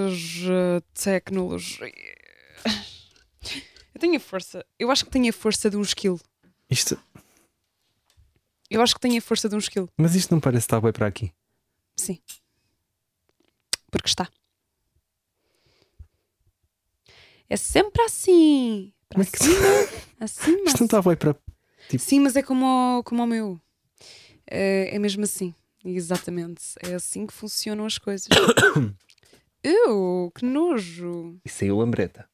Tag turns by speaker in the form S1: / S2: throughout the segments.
S1: dos eh, séculos. Eu tenho a força. Eu acho que tenho a força de um esquilo.
S2: Isto,
S1: Eu acho que tenho a força de um esquilo.
S2: mas isto não parece estar bem para aqui.
S1: Sim. Porque está. É sempre assim. Para
S2: Como é que-
S1: cima, acima.
S2: Isto não está bem para.
S1: Sim, mas é como o, como o meu. É, é mesmo assim. Exatamente. É assim que funcionam as coisas. Eu, que nojo.
S2: Isso aí é lambreta.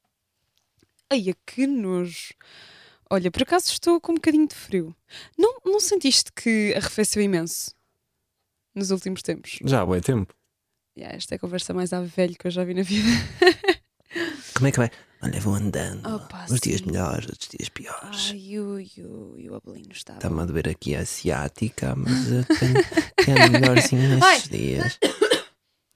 S1: Ai, que nojo. Olha, por acaso estou com um bocadinho de frio. Não, não sentiste que arrefeceu imenso nos últimos tempos?
S2: Já há bom tempo.
S1: Yeah, esta é a conversa mais à velho que eu já vi na vida.
S2: Como é que vai? Olha, vou andando.
S1: Opa,
S2: Uns dias
S1: sim.
S2: melhores, outros dias piores.
S1: Ai, ui, ui, o abelino está.
S2: Está-me a doer aqui a asiática, mas eu tenho, tenho melhorzinho nestes dias.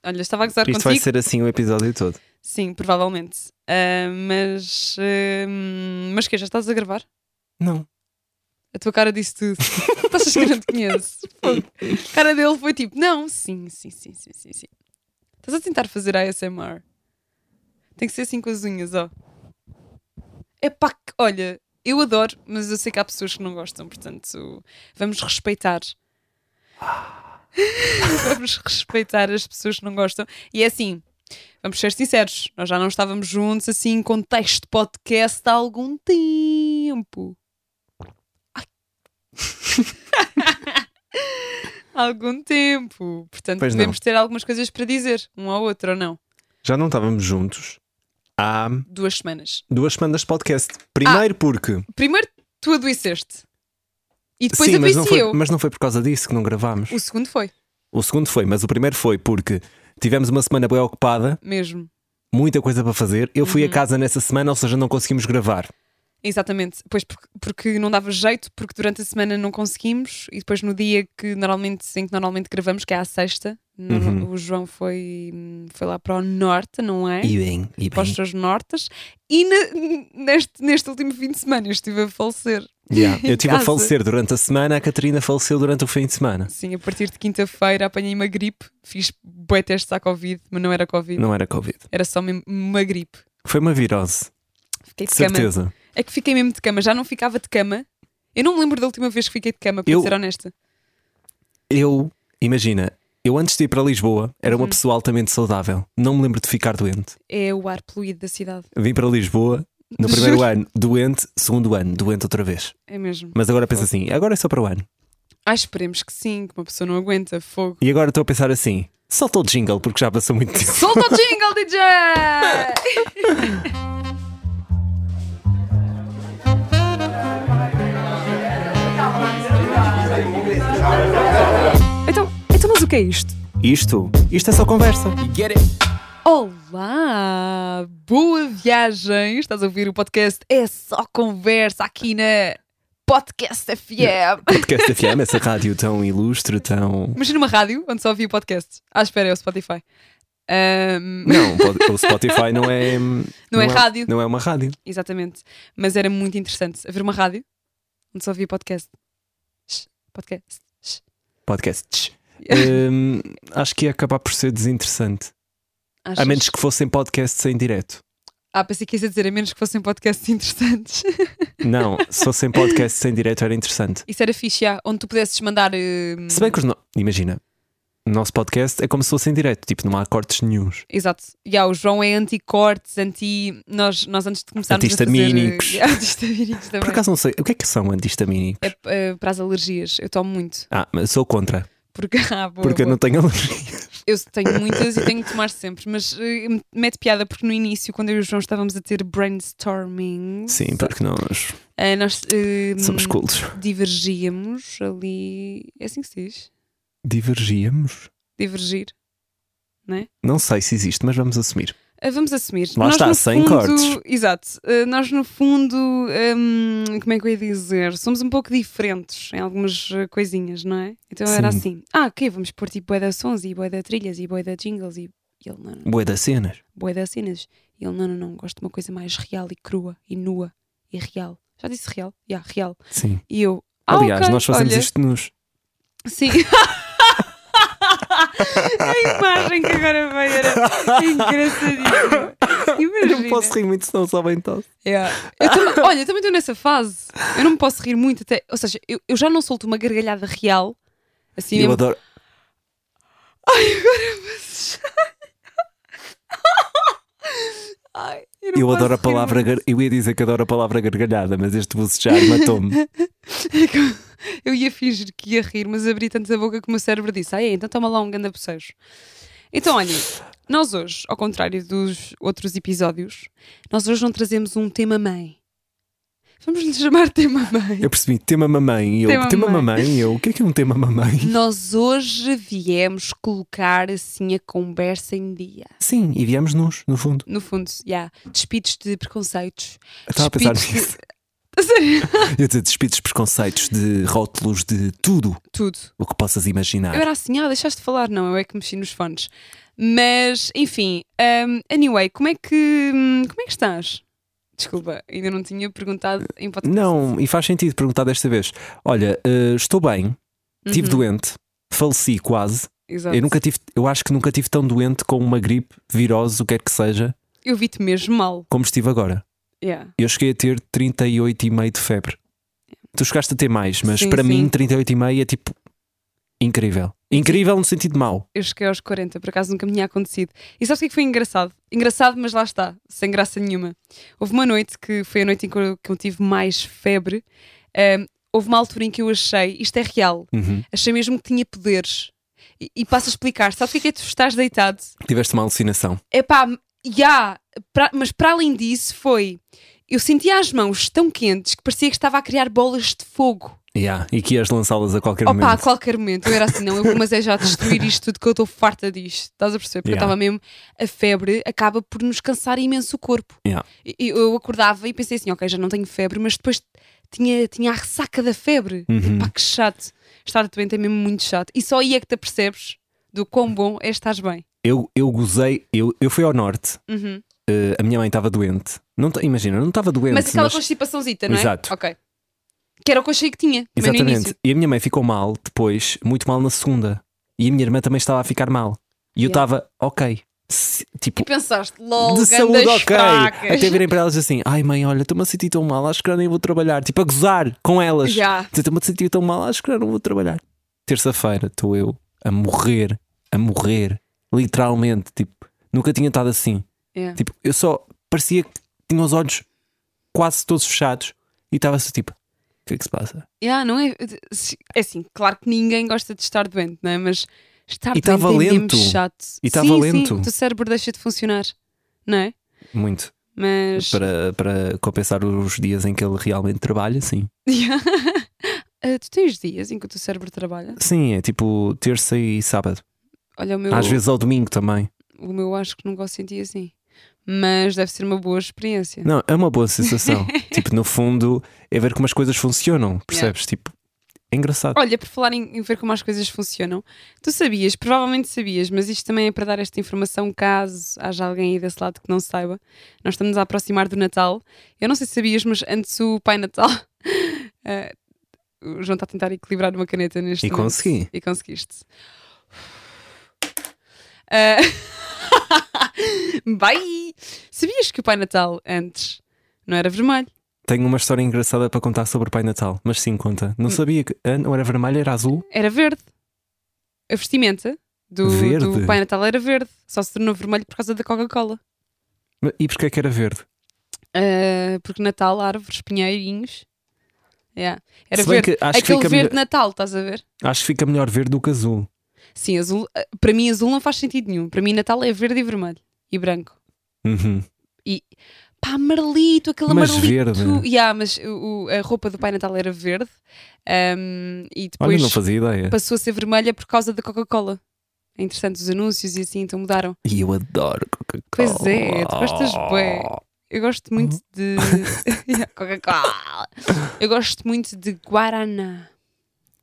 S1: Olha, estava a gozar
S2: Isto vai
S1: Tá contigo.
S2: ser assim o episódio todo.
S1: Sim, provavelmente. Ah, mas. ah, mas que já estás a gravar?
S2: Não.
S1: A tua cara disse tudo. tu achas que eu não te conheço? Fogo. A cara dele foi tipo, não, sim, sim, sim, sim, sim, sim. Estás a tentar fazer ASMR. Tem que ser assim com as unhas, ó. É pá, que- olha, eu adoro, mas eu sei que há pessoas que não gostam, portanto, vamos respeitar. vamos respeitar as pessoas que não gostam. E é assim, vamos ser sinceros, nós já não estávamos juntos assim em contexto podcast há algum tempo. Há algum tempo. Portanto,
S2: Pois não.
S1: podemos ter algumas coisas para dizer, um ao outro ou não.
S2: Já não estávamos juntos há
S1: Duas semanas.
S2: duas semanas de podcast.
S1: Ah,
S2: Primeiro porque.
S1: Primeiro, tu adoeceste. E depois
S2: Sim, mas
S1: adoeci
S2: não, foi,
S1: eu.
S2: mas não foi por causa disso que não gravámos.
S1: O segundo foi,
S2: O segundo foi, mas o primeiro foi porque tivemos uma semana bem ocupada,
S1: mesmo.
S2: muita coisa para fazer. Eu fui
S1: Uhum.
S2: a casa nessa semana, ou seja, não conseguimos gravar.
S1: Exatamente. Pois porque, porque não dava jeito, porque durante a semana não conseguimos e depois no dia que normalmente, em que normalmente gravamos, que é à sexta, no-
S2: Uhum.
S1: o João foi, foi lá para o norte, não é?
S2: E bem, e
S1: Para
S2: bem.
S1: os seus nortes. E ne- neste, neste último fim de semana eu estive a falecer.
S2: Yeah.
S1: em
S2: Eu estive a
S1: casa.
S2: falecer durante a semana, a Catarina faleceu durante o fim de semana.
S1: Sim, a partir de quinta-feira apanhei uma gripe, fiz bué testes à Covid, mas não era Covid,
S2: Não era Covid.
S1: era só mesmo uma gripe.
S2: Foi uma virose,
S1: Fiquei de
S2: de
S1: cama.
S2: certeza.
S1: É que fiquei mesmo de cama, já não ficava de cama. Eu não me lembro da última vez que fiquei de cama, para
S2: Eu-
S1: ser honesta.
S2: Eu, imagina, eu antes de ir para Lisboa era
S1: Uhum.
S2: uma pessoa altamente saudável. Não me lembro de ficar doente.
S1: É o ar poluído da cidade,
S2: Vim para Lisboa no
S1: Juro.
S2: primeiro ano, doente, segundo ano, doente outra vez.
S1: é mesmo.
S2: Mas agora penso assim, agora é só para o ano.
S1: Ah, esperemos que sim, que uma pessoa não aguenta fogo.
S2: E agora estou a pensar assim, solta o jingle porque já passou muito tempo.
S1: Solta o jingle, DJ! então, então, mas o que é isto?
S2: Isto, isto é só conversa.
S1: Olá! Boa viagem! Estás a ouvir o podcast É Só Conversa aqui na Podcast FM.
S2: Podcast FM, essa rádio tão ilustre, tão.
S1: Imagina uma rádio onde só ouvia podcasts. Ah, espera, é o Spotify. Ahm,
S2: Não, pod- o Spotify não é. Não,
S1: é rádio.
S2: Não é uma rádio.
S1: Exatamente. Mas era muito interessante haver uma rádio onde só havia podcast. Shh, podcast. Shh.
S2: Podcasts. Hum, acho que ia acabar por ser desinteressante. A
S1: Achas?
S2: menos que fossem podcasts em direto.
S1: Ah, pensei que ia dizer, a menos que fossem podcasts interessantes.
S2: Não, se fossem podcasts em direto era interessante.
S1: Isso era fixe, já, onde tu pudesses mandar. hum,
S2: Se bem que os. No... Imagina, o nosso podcast é como se fosse em direto, tipo, não há cortes nenhums.
S1: Exato. Já, o João é anti-cortes, anti. Nós, nós antes de começarmos a fazer.
S2: Antihistamínicos.
S1: Já, antihistamínicos também.
S2: Por acaso não sei, o que é que são antihistamínicos?
S1: É eh, para as alergias, eu tomo muito.
S2: Ah, mas sou contra,
S1: Porque, ah, boa,
S2: porque eu
S1: boa.
S2: não tenho alergia.
S1: Eu tenho muitas e tenho que tomar sempre, mas eh, me mete piada porque no início, quando eu e o João estávamos a ter brainstorming,
S2: Sim, porque nós
S1: nós eh,
S2: somos cultos.
S1: divergíamos ali. É assim que se diz?
S2: Divergíamos?
S1: Divergir.
S2: Não sei se existe, mas vamos assumir.
S1: Ah, Vamos assumir.
S2: Lá está,
S1: no
S2: sem
S1: fundo-
S2: cortes.
S1: Exato. Ah, Nós, no fundo, hum, como é que eu ia dizer? Somos um pouco diferentes em algumas ah, coisinhas, não é? Então era
S2: Sim.
S1: assim: ah, ok, vamos pôr tipo boé da sons e boé da trilhas e boé da jingles e. e Ele, não, não,
S2: Boa das cenas.
S1: boé das cenas. E ele, não, não, não, gosto de uma coisa mais real e crua e nua e real. Já disse real? Já, real.
S2: Sim.
S1: E eu, ah,
S2: Aliás,
S1: ok,
S2: nós fazemos
S1: olha,
S2: isto nos.
S1: Sim. A imagem que agora veio era engraçadíssima. Imagina.
S2: Eu não posso rir muito, senão só bem tosse.
S1: Yeah. Eu também- olha, eu também estou nessa fase. Eu não me posso rir muito até. Ou seja, eu, eu já não solto uma gargalhada real. Assim
S2: Eu
S1: mesmo.
S2: adoro.
S1: Ai, agora vou sujar. Ai, eu não
S2: Eu
S1: posso
S2: adoro a
S1: rir
S2: palavra.
S1: muito.
S2: gar- Eu ia dizer que adoro a palavra gargalhada, mas este bocejar matou-me.
S1: Eu ia fingir que ia rir, mas abri tanto a boca que o meu cérebro disse: Ah, é, então toma lá um ganda bocejo. Então, olhem, nós hoje, ao contrário dos outros episódios, nós hoje não trazemos um tema mãe. Vamos lhe chamar tema mãe.
S2: Eu percebi, tema mamãe. E Eu,
S1: Tema
S2: tema,
S1: mamãe.
S2: mamãe. e Eu, o que é que é um tema mamãe?
S1: Nós hoje viemos colocar assim a conversa em dia.
S2: Sim, e viemos nus, no fundo.
S1: No fundo, já. Despidos de preconceitos.
S2: Eu estava a pensar
S1: despidos de-
S2: nisso.
S1: A sério?
S2: Eu ia dizer despidos preconceitos, de rótulos, de tudo
S1: Tudo.
S2: o que possas imaginar.
S1: Eu era assim, ah, deixaste de falar, não, eu é que mexi nos fones. Mas, enfim, um, anyway, como é que hum, como é que estás? Desculpa, ainda não tinha perguntado em podcast.
S2: Não, e faz sentido perguntar desta vez. Olha, eh, estou bem, estive
S1: Uhum.
S2: doente, faleci quase.
S1: Exato.
S2: Eu nunca tive, eu acho que nunca tive tão doente com uma gripe, virose, o que quer que seja,
S1: Eu vi-te mesmo mal.
S2: como estive agora.
S1: Yeah.
S2: Eu cheguei a ter 38,5 de febre. Tu chegaste a ter mais, mas
S1: Sim,
S2: para
S1: sim.
S2: mim 38,5 é tipo incrível. Incrível no sentido mau.
S1: Eu cheguei aos 40, por acaso nunca me tinha acontecido. E sabes o que é que foi engraçado? Engraçado, mas lá está, sem graça nenhuma. Houve uma noite que foi a noite em que eu, que eu tive mais febre. Um, houve uma altura em que eu achei, isto é real,
S2: Uhum.
S1: achei mesmo que tinha poderes. E, e passo a explicar, sabes o que é que é tu estás deitado
S2: Tiveste uma alucinação.
S1: Epá, já, pra- mas para além disso foi. Eu sentia as mãos tão quentes que parecia que estava a criar bolas de fogo.
S2: Yeah, e que ias lançá-las a qualquer
S1: Opa, a
S2: momento.
S1: qualquer momento. Eu era assim, não, eu comecei já a destruir isto tudo que eu estou farta disto. Estás a perceber? Porque eu
S2: Yeah.
S1: estava mesmo. A febre acaba por nos cansar imenso o corpo.
S2: Yeah.
S1: E- e Eu acordava e pensei assim, ok, já não tenho febre, mas depois tinha, tinha a ressaca da febre. Tipo,
S2: Uhum.
S1: Pá, que chato. Estar doente é mesmo muito chato. E só aí é que te apercebes do quão bom é estás bem.
S2: Eu, eu gozei, eu, eu fui ao norte,
S1: Uhum.
S2: eh, a minha mãe estava doente. Não ta- imagina, não estava doente.
S1: Mas aquela
S2: mas-
S1: constipaçãozita, não é?
S2: Exato.
S1: Ok. Que era o que eu achei que tinha. também No início.
S2: Exatamente. E a minha mãe ficou mal depois, muito mal na segunda. E a minha irmã também estava a ficar mal. E eu
S1: Yeah.
S2: estava, ok. Se- tipo,
S1: E pensaste, lol,
S2: de
S1: grandes
S2: saúde, ok.
S1: fracas.
S2: Até virem para elas assim: ai mãe, olha, estou-me a sentir tão mal, acho que já nem vou trabalhar. Tipo, a gozar com elas.
S1: Já.
S2: Dizer, Estou-me a sentir tão mal, acho que já não vou trabalhar. Terça-feira estou eu a morrer, a morrer. Literalmente. Tipo, nunca tinha estado assim.
S1: Yeah.
S2: Tipo, eu só parecia que tinha os olhos quase todos fechados e estava assim, tipo, o que é que se passa?
S1: Yeah, não é, é assim, claro que ninguém gosta de estar doente, não é? Mas estar
S2: E
S1: doente
S2: estava
S1: é
S2: lento.
S1: mesmo chato.
S2: E tá estava
S1: sim, Sim,
S2: lento.
S1: o teu cérebro deixa de funcionar, não é?
S2: Muito.
S1: Mas.
S2: para, para compensar os dias em que ele realmente trabalha, sim.
S1: Yeah. Ah, tu tens dias em que o teu cérebro trabalha?
S2: Sim, é tipo terça e sábado.
S1: Olha, o meu,
S2: Às vezes ao domingo também.
S1: o meu acho que nunca o senti assim. Mas deve ser uma boa experiência.
S2: Não, é uma boa sensação. tipo, no fundo, é ver como as coisas funcionam, percebes? Tipo, é engraçado.
S1: Olha, por falar em, em ver como as coisas funcionam, tu sabias, provavelmente sabias, mas isto também é para dar esta informação caso haja alguém aí desse lado que não saiba. Nós estamos a aproximar do Natal. Eu não sei se sabias, mas antes o Pai Natal. eh, o João está a tentar equilibrar uma caneta neste
S2: E
S1: momento.
S2: consegui.
S1: E conseguiste. Eh, Bye! Sabias que o Pai Natal antes não era vermelho?
S2: Tenho uma história engraçada para contar sobre o Pai Natal, mas sim, conta.
S1: Hum.
S2: Não sabia que ah, não era vermelho, era azul.
S1: era verde. A vestimenta do,
S2: Verde?
S1: do Pai Natal era verde, só se tornou vermelho por causa da Coca-Cola.
S2: Mas- E porquê é que era verde?
S1: Ah, porque Natal, árvores, pinheirinhos. Yeah. Era
S2: Se bem
S1: verde.
S2: que acho que
S1: Aquele
S2: fica
S1: verde
S2: melhor-
S1: Natal, estás a ver?
S2: Acho que fica melhor verde do que azul.
S1: Sim, azul. ah, Para mim, azul não faz sentido nenhum. Para mim, Natal é verde e vermelho e branco.
S2: Uhum.
S1: Pá, amarelito, aquele
S2: Mas
S1: amarelito.
S2: verde.
S1: Yeah, mas o- o- a roupa do Pai Natal era verde ahm, e
S2: Olha,
S1: depois
S2: não fazia ideia.
S1: passou a ser vermelha por causa da Coca-Cola. É interessante os anúncios e assim, então mudaram.
S2: E eu adoro Coca-Cola.
S1: Pois é, tu gostas bué. Eu gosto
S2: Uhum.
S1: muito de. Yeah, Coca-Cola. Eu gosto muito de Guaraná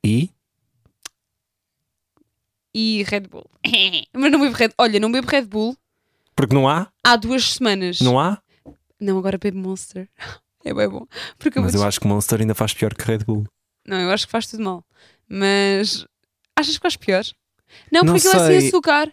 S2: E?
S1: e Red Bull. Mas não bebo Red Olha, não bebo Red Bull
S2: Porque não há?
S1: há duas semanas.
S2: Não há?
S1: Não, agora bebo Monster. É bem bom. Porque eu
S2: Mas
S1: vou
S2: eu acho que Monster ainda faz pior que Red Bull.
S1: des- Não, eu acho que faz tudo mal. Mas achas que faz pior? Não,
S2: Não
S1: porque aquilo é
S2: sei.
S1: sem açúcar.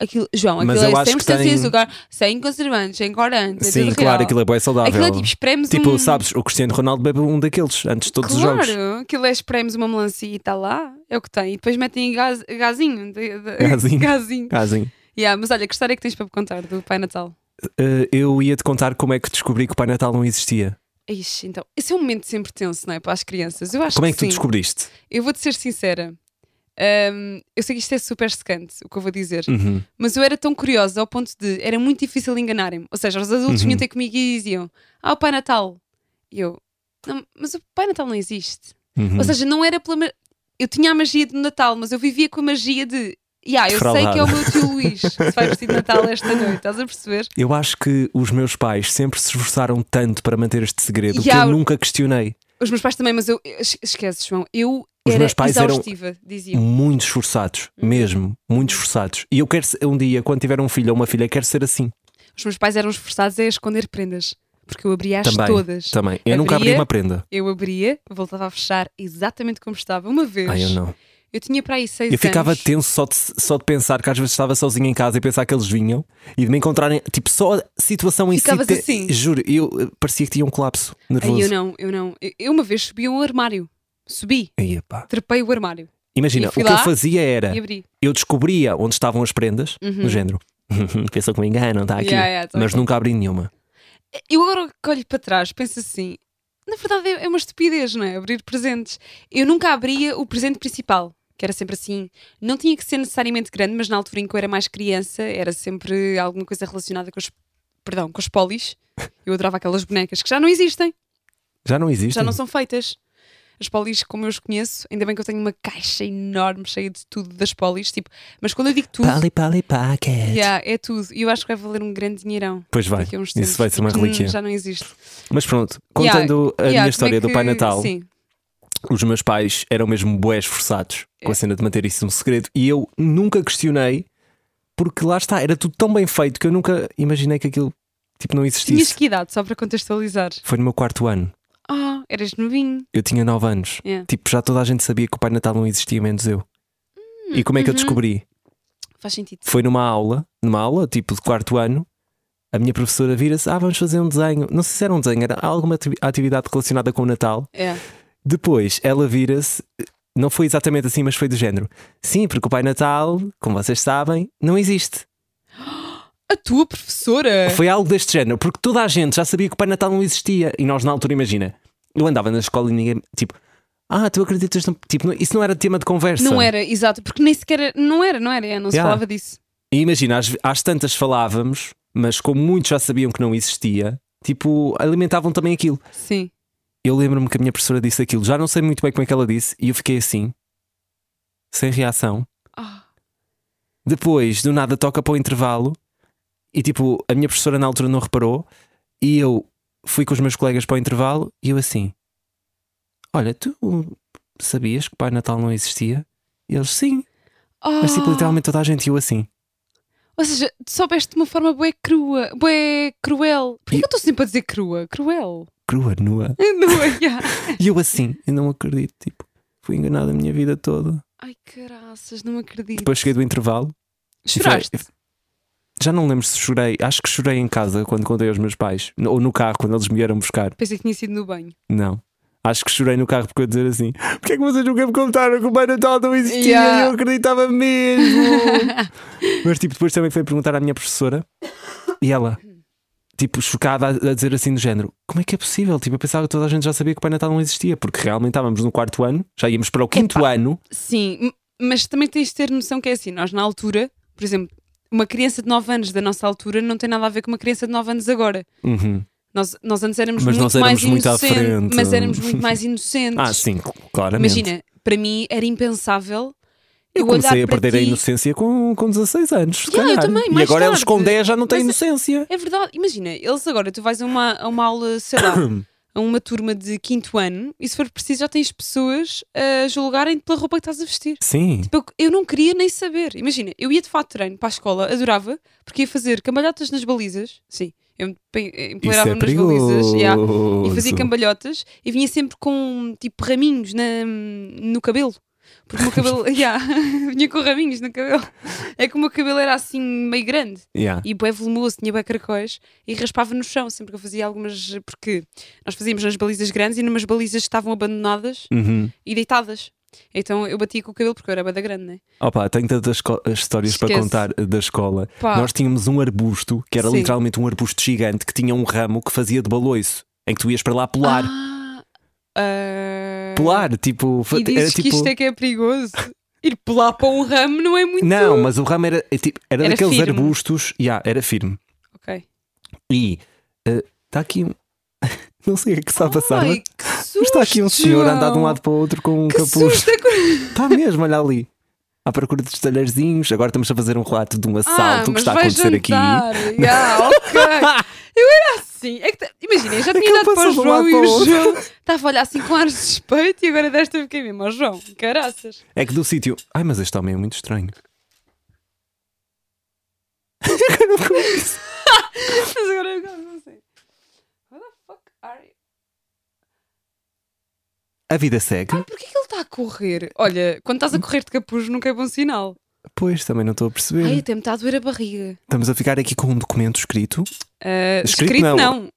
S1: Aquilo, João,
S2: Mas
S1: aquilo é
S2: eu acho
S1: 100%
S2: que
S1: sem
S2: tem-
S1: açúcar, sem conservantes, sem corantes. é
S2: Sim,
S1: tudo
S2: claro,
S1: real.
S2: aquilo é bem saudável.
S1: Aquilo é tipo, espremos
S2: Tipo,
S1: um...
S2: sabes, o Cristiano Ronaldo bebe um daqueles antes de todos
S1: claro,
S2: os jogos.
S1: aquilo é espremos uma melancia e está lá, é o que tem. E depois metem gás, gazinho. de- de-
S2: Gazinho.
S1: gazinho.
S2: Ah, sim.
S1: Yeah, mas olha, que história é que tens para me contar do Pai Natal?
S2: Eh, eu ia te contar como é que descobri que o Pai Natal não existia.
S1: Ixi, então, esse é um momento sempre tenso, não é? Para as crianças. Eu acho
S2: como é que tu
S1: sim.
S2: descobriste?
S1: Eu vou-te ser sincera. Hum, eu sei que isto é super secante, o que eu vou dizer.
S2: Uhum.
S1: Mas eu era tão curiosa ao ponto de. Era muito difícil enganarem-me. Ou seja, os adultos
S2: Uhum.
S1: vinham ter comigo e diziam: Ah, o Pai Natal. E eu: "Não, Mas o Pai Natal não existe.
S2: Uhum.
S1: Ou seja, não era pela. ma- Eu tinha a magia do Natal, mas eu vivia com a magia de. Yeah, eu sei que é o meu tio Luís que se vai vestir de Natal esta noite, estás a perceber?
S2: Eu acho que os meus pais sempre se esforçaram tanto para manter este
S1: Ya,
S2: segredo que
S1: o-
S2: eu nunca questionei.
S1: Os meus pais também, mas eu. es- Esquece, João. Eu
S2: Os
S1: era
S2: meus pais eram- Hum.
S1: exaustiva, diziam.
S2: Muito esforçados,
S1: Uhum.
S2: mesmo, muito esforçados. E eu quero ser- um dia, quando tiver um filho ou uma filha, quero ser assim
S1: Os meus pais eram esforçados a esconder prendas, porque eu abria as
S2: também.
S1: todas.
S2: também. Eu nunca abri
S1: Abria-
S2: uma prenda.
S1: Eu abria, voltava a fechar exatamente como estava. Uma vez.
S2: Ai, eu não.
S1: Eu tinha para aí seis
S2: Eu ficava
S1: anos.
S2: tenso só de, só de pensar que às vezes estava sozinho em casa e pensar que eles vinham e de me encontrarem, tipo, só a situação em
S1: Ficavas
S2: si. te-
S1: assim?
S2: Juro, eu eh, parecia que tinha um colapso nervoso.
S1: Ai, eu não, eu não. Eu- Eu uma vez subi a um armário. Subi,
S2: Aí, epá.
S1: trepei o armário
S2: Imagina,
S1: E
S2: o
S1: fui
S2: que
S1: lá
S2: eu fazia era
S1: e abri.
S2: eu descobria onde estavam as prendas, do género. Pensou que me enganam, está aqui.
S1: Yeah, yeah, tá
S2: mas
S1: aqui.
S2: nunca abri nenhuma.
S1: Eu agora que olho para trás, penso assim. Na verdade é é uma estupidez, não é? Abrir presentes. Eu nunca abria o presente principal, que era sempre assim. Não tinha que ser necessariamente grande, mas na altura em que eu era mais criança, era sempre alguma coisa relacionada com os, perdão, com os polis. Eu adorava aquelas bonecas que já não existem.
S2: Já não existe.
S1: já não são feitas. As polis, como eu os conheço, ainda bem que eu tenho uma caixa enorme cheia de tudo das polis, tipo, mas quando eu digo tudo,
S2: Pali Pali Packet.
S1: yeah, é tudo. E eu acho que vai valer um grande dinheirão.
S2: Pois vai.
S1: daqui a uns tempos,
S2: Isso vai ser uma
S1: porque, hum,
S2: relíquia.
S1: Já não existe.
S2: Mas pronto,
S1: Yeah,
S2: contando
S1: Yeah,
S2: a
S1: como
S2: minha
S1: é
S2: história do
S1: que-
S2: Pai Natal,
S1: Sim.
S2: os meus pais eram mesmo bué esforçados com
S1: É.
S2: a cena de manter isso um segredo e eu nunca questionei porque lá está, era tudo tão bem feito que eu nunca imaginei que aquilo tipo não
S1: Tinhas
S2: existisse.
S1: que idade, só para contextualizar.
S2: Foi no meu quarto ano,
S1: Ah, eras novinho.
S2: eu tinha 9 anos.
S1: Yeah.
S2: Tipo, já toda a gente sabia que o Pai Natal não existia, menos eu. E como é que eu descobri?
S1: Faz sentido.
S2: Foi numa aula, numa aula, tipo de quarto ano, a minha professora vira-se, ah, vamos fazer um desenho. Não sei se era um desenho, era alguma ati- atividade relacionada com o Natal.
S1: É.
S2: Depois ela vira-se, não foi exatamente assim, mas foi do género. Sim, porque o Pai Natal, como vocês sabem, não existe.
S1: A tua professora.
S2: Foi algo deste género, porque toda a gente já sabia que o Pai Natal não existia. E nós, na altura, imagina, eu andava na escola e ninguém, tipo, ah, tu acreditas? no-" Tipo, não- isso não era tema de conversa.
S1: Não era, exato, porque nem sequer. era- Não era, não era, é, não se
S2: Yeah.
S1: falava disso.
S2: E imagina, às, às tantas falávamos, mas como muitos já sabiam que não existia, tipo, alimentavam também aquilo.
S1: Sim.
S2: Eu lembro-me que a minha professora disse aquilo, já não sei muito bem como é que ela disse, e eu fiquei assim, sem reação.
S1: Ah,
S2: Depois, do nada, toca para o intervalo, e tipo, a minha professora na altura não reparou, e eu fui com os meus colegas para o intervalo, e eu assim, olha, tu sabias que Pai Natal não existia? E eles, sim, mas tipo,
S1: Ah.
S2: literalmente toda a gente, e eu assim.
S1: Ou seja, tu soubeste de uma forma bué crua, bué cruel. Porquê
S2: E-
S1: que eu estou sempre a dizer crua? Cruel.
S2: Crua, nua.
S1: Não é? Yeah.
S2: E eu assim, eu não acredito, tipo, fui enganado a minha vida toda.
S1: Ai, caraças, não acredito.
S2: Depois cheguei do intervalo. e falei-
S1: Choraste?
S2: já não lembro se chorei, acho que chorei em casa quando contei aos meus pais, ou no carro, quando eles me vieram buscar.
S1: Pensei que tinha sido no banho.
S2: Não. Acho que chorei no carro porque eu ia dizer assim: porque é que vocês nunca me contaram que o Pai Natal não existia?
S1: Yeah.
S2: E eu acreditava mesmo. Mas tipo, depois também fui perguntar à minha professora e ela, tipo, chocada a, a dizer assim do género: Como é que é possível? Tipo, eu pensava que toda a gente já sabia que o Pai Natal não existia, porque realmente estávamos no quarto ano, já íamos para o quinto ano.
S1: Sim, m- mas também tens de ter noção que é assim, nós na altura, por exemplo, uma criança de 9 anos da nossa altura não tem nada a ver com uma criança de 9 anos agora.
S2: Uhum.
S1: Nós, nós antes éramos
S2: Mas
S1: muito
S2: nós éramos
S1: mais
S2: muito à
S1: inocentes.
S2: frente.
S1: Mas éramos muito mais inocentes.
S2: Ah, sim, claramente.
S1: Imagina, para mim era impensável
S2: eu comecei
S1: olhar
S2: a
S1: para
S2: perder a
S1: ti-
S2: inocência com, com 16 anos. se
S1: Yeah, eu
S2: calhar.
S1: também,
S2: e
S1: mais
S2: agora eles com
S1: tarde.
S2: 10 já não têm
S1: Mas-
S2: inocência.
S1: É verdade, imagina, eles agora, tu vais a uma, a uma aula, sei lá, a uma turma de quinto ano e se for preciso já tens pessoas a julgarem pela roupa que estás a vestir.
S2: Sim.
S1: Tipo, eu, eu não queria nem saber. Imagina, eu ia de fato de treino para a escola, adorava, porque ia fazer cambalhotas nas balizas. Sim, eu
S2: Isso
S1: empoleirava-me
S2: é
S1: nas
S2: perigoso.
S1: balizas. yeah, e fazia cambalhotas e vinha sempre com tipo raminhos na- no cabelo. Porque o meu cabelo. yeah, vinha com raminhos no cabelo. É que o meu cabelo era assim meio grande
S2: Yeah.
S1: e bué volumoso, tinha bué caracóis e raspava no chão sempre que eu fazia algumas. Porque nós fazíamos nas balizas grandes e numas balizas que estavam abandonadas
S2: Uhum.
S1: e deitadas. Então eu batia com o cabelo porque eu era bué da grande, né?
S2: Opa, tenho tantas co- histórias para
S1: Esquece.
S2: contar eh, da escola.
S1: Pá.
S2: Nós tínhamos um arbusto, que era
S1: Sim.
S2: literalmente um arbusto gigante, que tinha um ramo que fazia de baloiço, em que tu ias para lá pular.
S1: Ah, ah,
S2: Pular, tipo. fa-
S1: E dizes que isto é que é perigoso. Ir pular para um ramo não é muito.
S2: Não, mas o ramo era, é tipo, era,
S1: Era
S2: daqueles
S1: firme.
S2: arbustos. Yeah, era firme.
S1: Ok.
S2: E está aqui um. Não sei o que é que está a passar,
S1: Ai,
S2: mas
S1: que
S2: mas está aqui um
S1: susto,
S2: senhor a andar de um
S1: João.
S2: lado para o outro com um
S1: Que
S2: capuz.
S1: susto! é que-
S2: Está mesmo, olha ali. À procura dos talherzinhos. Agora estamos a fazer um relato de um
S1: Ah,
S2: assalto que
S1: mas
S2: está a
S1: vai
S2: acontecer aqui.
S1: jantar. Ah, ok. Eu era assim. É que tá- Imagina, eu já tinha
S2: Aquele
S1: dado para o
S2: passou de um
S1: João
S2: lado
S1: e
S2: para o
S1: o
S2: outro.
S1: João estava a olhar assim com ar de suspeito e agora desta eu fiquei mesmo. Ó João, caraças.
S2: É que do sítio. Ai, mas este homem é muito estranho.
S1: Mas agora eu não sei. What the fuck are you?
S2: A vida segue.
S1: Porquê que ele está a correr? Olha, quando estás a correr de capuz nunca é bom sinal.
S2: Pois, também não estou a perceber.
S1: Ai, até me está a doer a barriga.
S2: Estamos a ficar aqui com um documento escrito,
S1: Ah,
S2: Escrito
S1: escrito,
S2: não.
S1: não.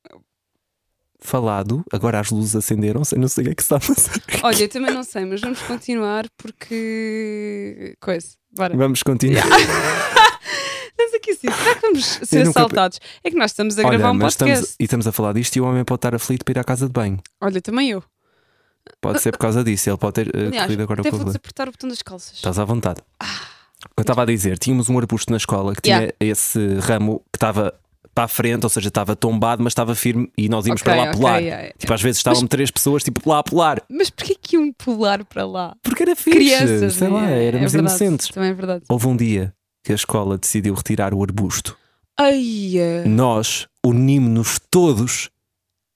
S2: falado. Agora as luzes acenderam-se. Eu não sei o que é que está a passar.
S1: Olha, eu também não sei, mas vamos continuar porque. Coisa. Bora.
S2: Vamos continuar.
S1: Estamos aqui assim. Será que vamos ser
S2: Eu nunca-
S1: assaltados? É que nós estamos a
S2: Olha,
S1: gravar um
S2: mas
S1: podcast.
S2: estamos, e estamos a falar disto e o homem pode estar aflito para ir à casa de banho.
S1: Olha, também eu.
S2: Pode ser por causa disso. Ele pode ter eh,
S1: Aliás, um
S2: corrido agora Tá,
S1: até
S2: com o
S1: vou
S2: problema.
S1: desapertar o botão das calças.
S2: Estás à vontade. Eu estava a dizer, tínhamos um arbusto na escola que tinha
S1: Ah, Yeah.
S2: esse ramo que estava para a frente, ou seja, estava tombado, mas estava firme e nós íamos
S1: Ok,
S2: para lá
S1: ok,
S2: pular.
S1: yeah, yeah.
S2: Tipo, às vezes estavam três pessoas tipo lá a pular.
S1: Mas porquê que iam pular para lá?
S2: Porque era fixe.
S1: Crianças,
S2: sei
S1: né?
S2: lá,
S1: É
S2: éramos
S1: verdade,
S2: inocentes.
S1: Também é verdade.
S2: Houve um dia que a escola decidiu retirar o arbusto.
S1: Ai, eh,
S2: Nós unimos-nos todos.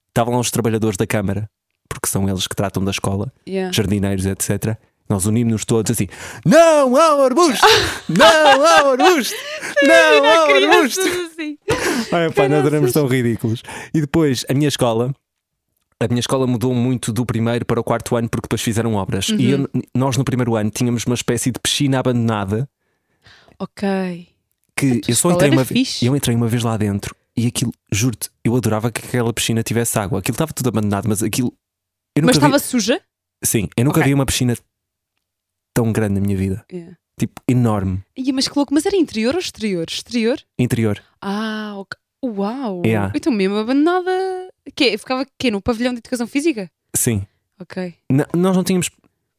S2: Estavam lá os trabalhadores da Câmara, porque são eles que tratam da escola,
S1: yeah.
S2: jardineiros, etc. Nós unimos-nos todos assim: Não ao arbusto! Não ao arbusto! Não
S1: Há
S2: ao arbusto!
S1: crianças assim.
S2: Ai, pá, nós éramos tão ridículos. E depois, a minha escola. A minha escola mudou muito do primeiro para o quarto ano porque depois fizeram obras. E eu- nós, no primeiro ano, tínhamos uma espécie de piscina abandonada
S1: Ok.
S2: que
S1: tua
S2: eu só
S1: escola
S2: entrei
S1: era
S2: uma vez.
S1: fixe.
S2: Eu entrei uma vez lá dentro e aquilo, juro-te, eu adorava que aquela piscina tivesse água. Aquilo estava tudo abandonado, mas aquilo. Eu
S1: Mas
S2: nunca
S1: estava
S2: vi,
S1: suja?
S2: sim, eu nunca
S1: Ok.
S2: vi uma piscina tão grande na minha vida.
S1: Yeah.
S2: Tipo, enorme.
S1: Ih, mas que louco. Mas era interior ou exterior? Exterior?
S2: Interior.
S1: Ah, ok. Uau!
S2: Yeah.
S1: Então mesmo abandonada. Que Ficava quê? No pavilhão de educação física?
S2: Sim.
S1: Ok.
S2: N- nós não tínhamos.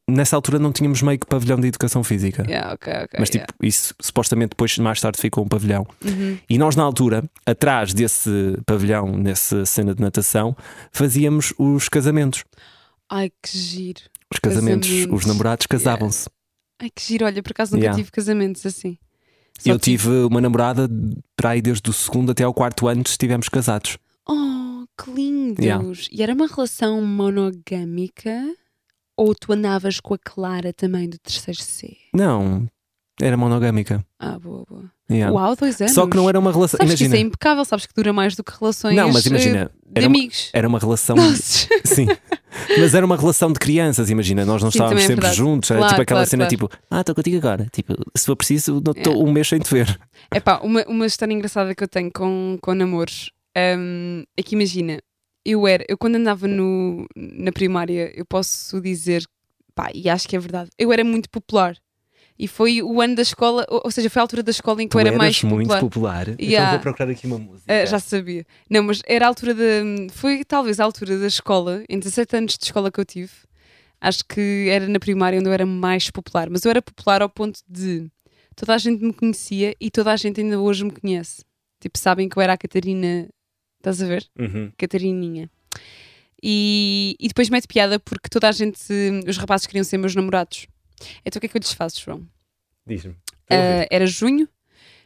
S2: Nessa altura não tínhamos meio que pavilhão de educação física.
S1: Yeah, ok, ok.
S2: Mas tipo,
S1: yeah.
S2: isso supostamente depois, mais tarde, ficou um pavilhão.
S1: Uhum.
S2: E nós, na altura, atrás desse pavilhão, nessa cena de natação, fazíamos os casamentos.
S1: Ai, que giro.
S2: Os casamentos,
S1: Casamentos.
S2: os namorados casavam-se.
S1: Ai, que giro. Olha, por acaso nunca
S2: Yeah.
S1: tive casamentos assim. Só
S2: Eu tive uma namorada para aí desde o segundo até ao quarto ano estivemos casados.
S1: Oh, que lindos!
S2: Yeah.
S1: E era uma relação monogâmica? Ou tu andavas com a Clara também do terceiro C?
S2: Não, era monogâmica.
S1: Ah, boa, boa.
S2: Yeah.
S1: Uau, dois anos.
S2: Só que não era uma relação.
S1: Sabes que isso é
S2: imagina.
S1: impecável, sabes que dura mais do que relações
S2: não, mas
S1: eh,
S2: imagina.
S1: de
S2: Era uma,
S1: amigos.
S2: era um- uma relação.
S1: Doces.
S2: Sim. Mas era uma relação de crianças, imagina. Nós não
S1: Sim,
S2: estávamos
S1: também é
S2: sempre
S1: verdade.
S2: juntos. Era
S1: Claro,
S2: tipo aquela
S1: claro,
S2: cena
S1: claro.
S2: tipo: Ah, estou contigo agora. Tipo, se for preciso, não estou um mês sem te ver.
S1: Epá, uma, uma história engraçada que eu tenho com, com namoros hum, é que imagina, eu era, eu quando andava no, na primária, eu posso dizer, pá, e acho que é verdade, eu era muito popular. E foi o ano da escola, ou, ou seja, foi a altura da escola em que eu era
S2: eras
S1: mais
S2: muito
S1: popular.
S2: popular. Então
S1: Yeah.
S2: vou procurar aqui uma música.
S1: Ah, já sabia. Não, mas era a altura da. Foi talvez a altura da escola, em 17 anos de escola que eu tive. Acho que era na primária onde eu era mais popular. Mas eu era popular ao ponto de toda a gente me conhecia e toda a gente ainda hoje me conhece. Tipo, sabem que eu era a Catarina. Estás a ver?
S2: Uhum.
S1: Catarininha. E, e depois mete piada porque toda a gente. hum, Os rapazes queriam ser meus namorados. Então o que é que eu lhes faço, João?
S2: Diz-me.
S1: Ah, era junho,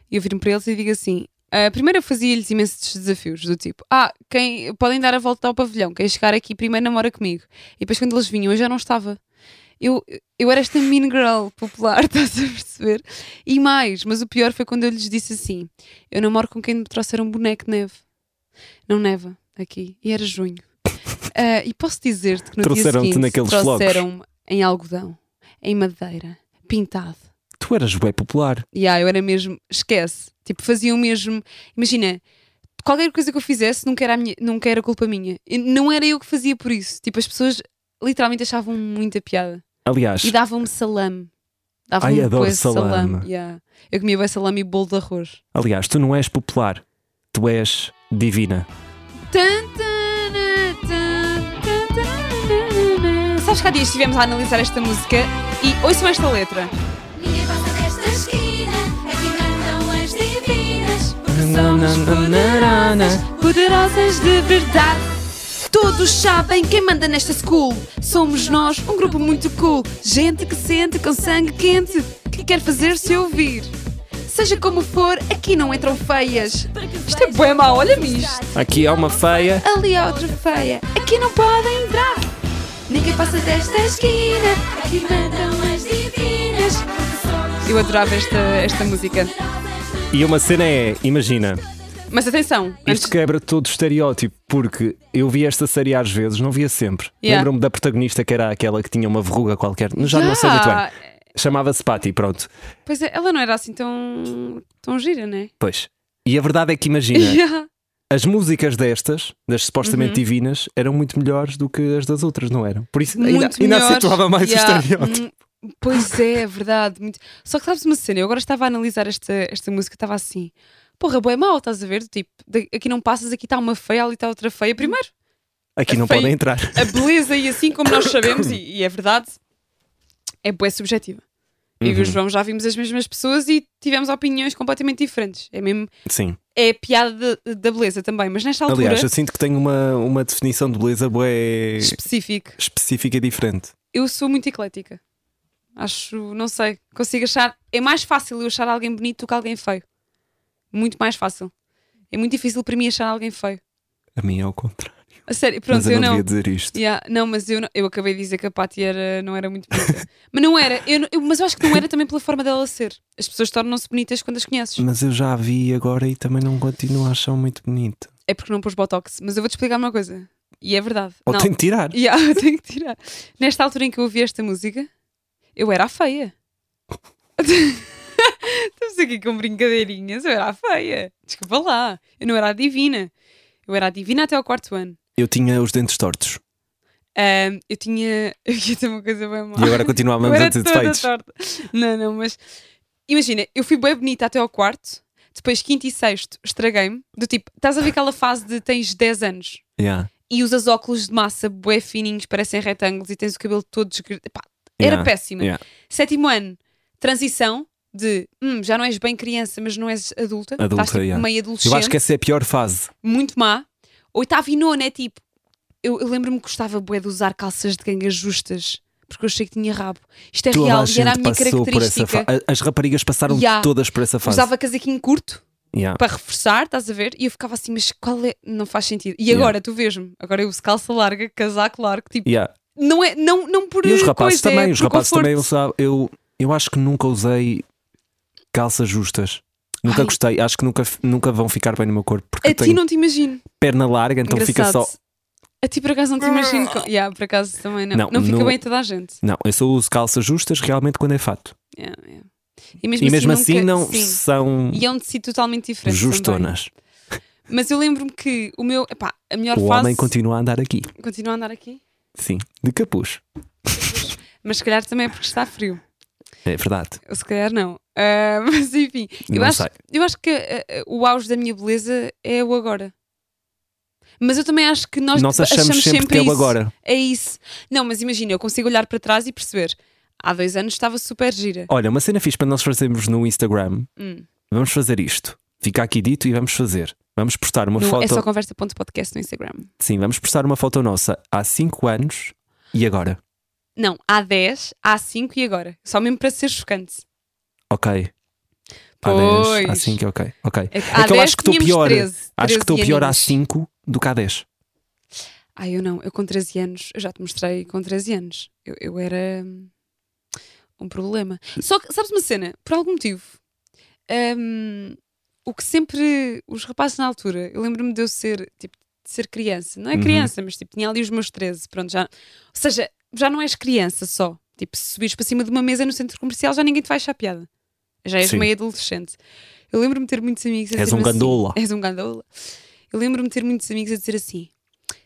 S1: e eu viro para eles e digo assim: ah, primeiro eu fazia-lhes imensos desafios, do tipo, ah, quem podem dar a volta ao pavilhão, quem chegar aqui primeiro namora comigo. E depois quando eles vinham, eu já não estava. Eu, eu era esta mean girl popular, estás a perceber? E mais, mas o pior foi quando eu lhes disse assim: eu namoro com quem me trouxer um boneco de neve. Não neva aqui. E era junho. Ah, e posso dizer-te que no dia
S2: Trouxeram-te
S1: seguinte
S2: naqueles flocos.
S1: trouxeram-me em algodão. em madeira, pintado.
S2: Tu eras bem popular.
S1: E ah, eu era mesmo, esquece. Tipo, fazia o mesmo. Imagina, qualquer coisa que eu fizesse nunca era, a minha- nunca era culpa minha. E Não era eu que fazia por isso. Tipo, as pessoas literalmente achavam muita piada.
S2: Aliás,
S1: E davam-me salame. Davam-me
S2: Ai, adoro
S1: bué
S2: salame.
S1: Yeah. Eu comia bem salame e bolo de arroz.
S2: aliás, tu não és popular. Tu és divina.
S1: Sabes que há dias estivemos a analisar esta música e ouçam esta letra.
S3: Ninguém passa desta esquina, aqui não as divinas, porque
S2: Na, na,
S3: somos
S2: na, na, na.
S3: poderosas.
S1: Poderosas de verdade. Todos sabem quem manda nesta school. Somos nós, um grupo muito cool. Gente que sente com sangue quente, que quer fazer-se ouvir. Seja como for, aqui não entram feias. Isto é bué mau, olha-me isto.
S2: Aqui há uma feia.
S1: Ali há outra feia. Aqui não podem entrar.
S3: Ninguém passa desta esquina, aqui mandam as divinas, porque somos
S1: Eu adorava esta, esta música.
S3: poderosas.
S2: E uma cena é, imagina,
S1: Mas atenção, antes
S2: isto quebra todo o estereótipo, porque eu vi esta série às vezes, não via sempre.
S1: Yeah.
S2: Lembro-me da protagonista que era aquela que tinha uma verruga qualquer, já não sei
S1: Ah,
S2: muito bem. Chamava-se Patty, pronto.
S1: Pois é, ela não era assim tão, tão gira, né?
S2: Pois. E a verdade é que imagina,
S1: Yeah.
S2: as músicas destas, das supostamente
S1: Uhum.
S2: divinas, eram muito melhores do que as das outras, não eram? Por isso ainda,
S1: Muito
S2: ainda
S1: melhores.
S2: acentuava mais o
S1: Yeah.
S2: estereótipo.
S1: Hum, Pois é, é verdade. Muito... Só que sabes uma cena, eu agora estava a analisar esta, esta música, estava assim, porra, boa é mal, estás a ver? Do Tipo, de- aqui não passas, aqui está uma feia, ali está outra feia. Primeiro,
S2: Aqui não
S1: Foi-
S2: podem entrar.
S1: a beleza e assim como nós sabemos, e, e é verdade, é boa subjetiva. Eu
S2: Uhum.
S1: e o João já vimos as mesmas pessoas e tivemos opiniões completamente diferentes. É mesmo,
S2: Sim.
S1: é a piada da- da beleza também, mas nesta altura
S2: Aliás, eu sinto que tenho uma, uma definição de beleza bué
S1: específica.
S2: específica e diferente.
S1: eu sou muito eclética. Acho, não sei, consigo achar. É mais fácil eu achar alguém bonito do que alguém feio. Muito mais fácil. É muito difícil para mim achar alguém feio.
S2: A mim é ao contrário.
S1: A sério, pronto,
S2: Mas eu, não
S1: não.
S2: devia dizer isto.
S1: Yeah, não, mas eu, não- eu acabei de dizer que a Paty era, não era muito bonita. mas não era, eu, não- eu- mas eu acho que não era também pela forma dela ser. As pessoas tornam-se bonitas quando as conheces.
S2: Mas eu já a vi agora e também não continuo a achar muito bonito.
S1: É porque não pôs botox. Mas eu vou-te explicar uma coisa. E é verdade.
S2: Ou
S1: não.
S2: tenho de tirar.
S1: Yeah, eu tenho que tirar. Nesta altura em que eu ouvi esta música, eu era a feia. Estamos aqui com brincadeirinhas, eu era a feia. Desculpa lá, eu não era a divina. Eu era a divina até ao quarto ano.
S2: Eu tinha os dentes tortos.
S1: Ahm, eu tinha. Eu ia ter uma coisa bem má.
S2: E agora
S1: Eu
S2: continuávamos
S1: era
S2: satisfeitos.
S1: toda torta. Não, não, mas. Imagina, eu fui bem bonita até ao quarto, depois quinto e sexto estraguei-me. Do tipo, estás a ver aquela fase de tens 10 anos
S2: Yeah.
S1: e usas óculos de massa bué fininhos, parecem retângulos e tens o cabelo todo desgr... Pá, Era
S2: Yeah,
S1: péssima.
S2: yeah.
S1: Sétimo ano, transição de hum, já não és bem criança, mas não és adulta.
S2: Adulta,
S1: estás tipo,
S2: yeah.
S1: meio
S2: Eu
S1: adolescente,
S2: acho que essa é a pior fase.
S1: muito má. Oitavo e nono é tipo. Eu, eu lembro-me que gostava bué de usar calças de gangas justas, porque eu achei que tinha rabo. Isto é
S2: Toda
S1: real
S2: a
S1: e era a
S2: gente
S1: minha
S2: passou por essa
S1: característica.
S2: fase. As raparigas passaram
S1: Yeah.
S2: todas por essa fase.
S1: Usava casaquinho curto
S2: Yeah.
S1: para reforçar, estás a ver? E eu ficava assim, mas qual é? Não faz sentido. E
S2: Yeah.
S1: agora, tu vês-me, agora eu uso calça larga, casaco largo, tipo,
S2: Yeah.
S1: não é não não por
S2: E os rapazes
S1: coisa,
S2: também.
S1: é
S2: os
S1: por
S2: rapazes
S1: conforto.
S2: também usavam. Eu, eu acho que nunca usei calças justas. Nunca
S1: Ai.
S2: gostei. Acho que nunca, nunca vão ficar bem no meu corpo. Porque
S1: a
S2: eu
S1: ti
S2: tenho
S1: não te imagino
S2: perna larga, então fica
S1: engraçado
S2: só.
S1: a ti por acaso não te imagino com... yeah, por acaso também não
S2: Não,
S1: não, fica
S2: no-
S1: bem a toda a gente
S2: Não, eu só uso calças justas realmente quando é fato.
S1: Yeah, yeah. e mesmo
S2: e mesmo
S1: assim,
S2: assim
S1: nunca-
S2: não
S1: sim.
S2: são
S1: e é um tecido totalmente diferente também.
S2: justonas.
S1: mas eu lembro-me que o meu epá, a melhor
S2: O
S1: fase
S2: homem continua a andar aqui.
S1: continua a andar aqui
S2: Sim, de capuz.
S1: mas se calhar também é porque está frio
S2: É verdade.
S1: ou se calhar não Ah, mas enfim eu
S2: Não
S1: acho
S2: sei.
S1: eu acho que ah, ah, o auge da minha beleza é o agora mas eu também acho que nós,
S2: Nós achamos, sempre, que é o
S1: isso.
S2: agora.
S1: É isso. Não, mas imagina, eu consigo olhar para trás e perceber. Há dois anos estava super gira.
S2: Olha, uma cena fixe para nós fazermos no Instagram.
S1: Hum.
S2: Vamos fazer isto. Fica aqui dito e vamos fazer. Vamos postar uma
S1: No-
S2: foto.
S1: É só conversa.podcast no Instagram.
S2: Sim, vamos postar uma foto nossa há 5 anos e agora.
S1: Não, há 10, há 5 e agora. Só mesmo para ser chocante.
S2: Ok. Há
S1: Pois.
S2: dez, há 5, ok. ok.
S1: É que
S2: É
S1: há
S2: que eu
S1: 10
S2: acho que estou
S1: tínhamos
S2: pior.
S1: 13,
S2: acho que estou
S1: 13
S2: pior há
S1: aninhos.
S2: 5 do que há 10.
S1: Ah, eu não. Eu com 13 anos, eu já te mostrei com 13 anos. Eu, eu era hum, um problema. Só que, sabes uma cena? Por algum motivo, hum, o que sempre os rapazes na altura, eu lembro-me de eu ser, tipo, de ser criança. Não é
S2: Uhum.
S1: criança, mas tipo, tinha ali os meus 13, pronto, já. Ou seja, já não és criança só. Tipo, se subires para cima de uma mesa no centro comercial, já ninguém te vai achar piada. Já és
S2: Sim.
S1: meio adolescente. Eu lembro-me de ter muitos amigos a
S2: És
S1: dizer-me
S2: um gandola.
S1: Assim, és um gandola. Eu lembro-me de ter muitos amigos a dizer assim: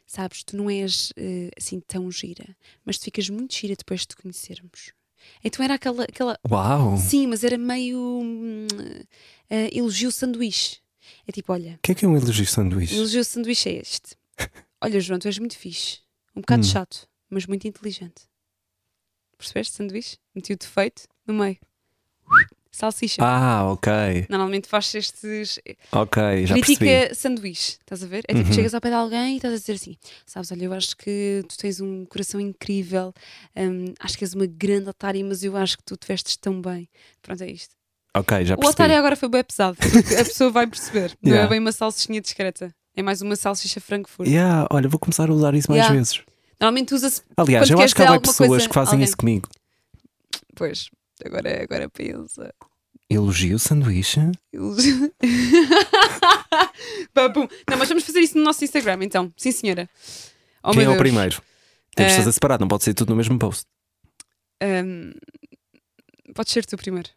S1: Sabes, tu não és eh, assim tão gira, mas tu ficas muito gira depois de te conhecermos. Então era aquela, aquela
S2: Uau! O
S1: Sim, mas era meio hum, eh, elogio sanduíche. É tipo, olha,
S2: que é que é um elogio de sanduíche?
S1: elogio sanduíche é este. Olha, João, tu és muito fixe. Um
S2: Hum.
S1: bocado chato, mas muito inteligente. Percebeste, sanduíche? Meti o defeito no meio. Salsicha.
S2: Ah, ok.
S1: Normalmente faz estes.
S2: Ok, já
S1: Critica
S2: percebi. Uhum.
S1: sanduíche, estás a ver? É tipo, chegas ao pé de alguém e estás a dizer assim: Sabes, olha, eu acho que tu tens um coração incrível, hum, acho que és uma grande otária, mas eu acho que tu te vestes tão bem. Pronto, é isto.
S2: Ok, já
S1: O é
S2: percebi.
S1: otário agora foi bem pesado, porque a pessoa vai perceber. Não
S2: Yeah.
S1: é bem uma salsichinha discreta. É mais uma salsicha Frankfurt.
S2: Yeah, olha, vou começar a usar isso mais
S1: Yeah.
S2: vezes.
S1: Normalmente usa-se.
S2: Aliás,
S1: Quando
S2: eu
S1: queres
S2: acho que
S1: dizer
S2: há bué
S1: alguma
S2: pessoas
S1: coisa
S2: que fazem
S1: a
S2: isso comigo.
S1: Pois, agora, é, agora pensa.
S2: Elogio sanduíche?
S1: Eles- Babum. Não, mas vamos fazer isso no nosso Instagram, então. Sim, senhora. Oh,
S2: Quem é
S1: meu
S2: o
S1: Deus.
S2: primeiro? Temos
S1: Eh,
S2: de fazer separado, não pode ser tudo no mesmo post.
S1: Ahm, Podes ser tu primeiro.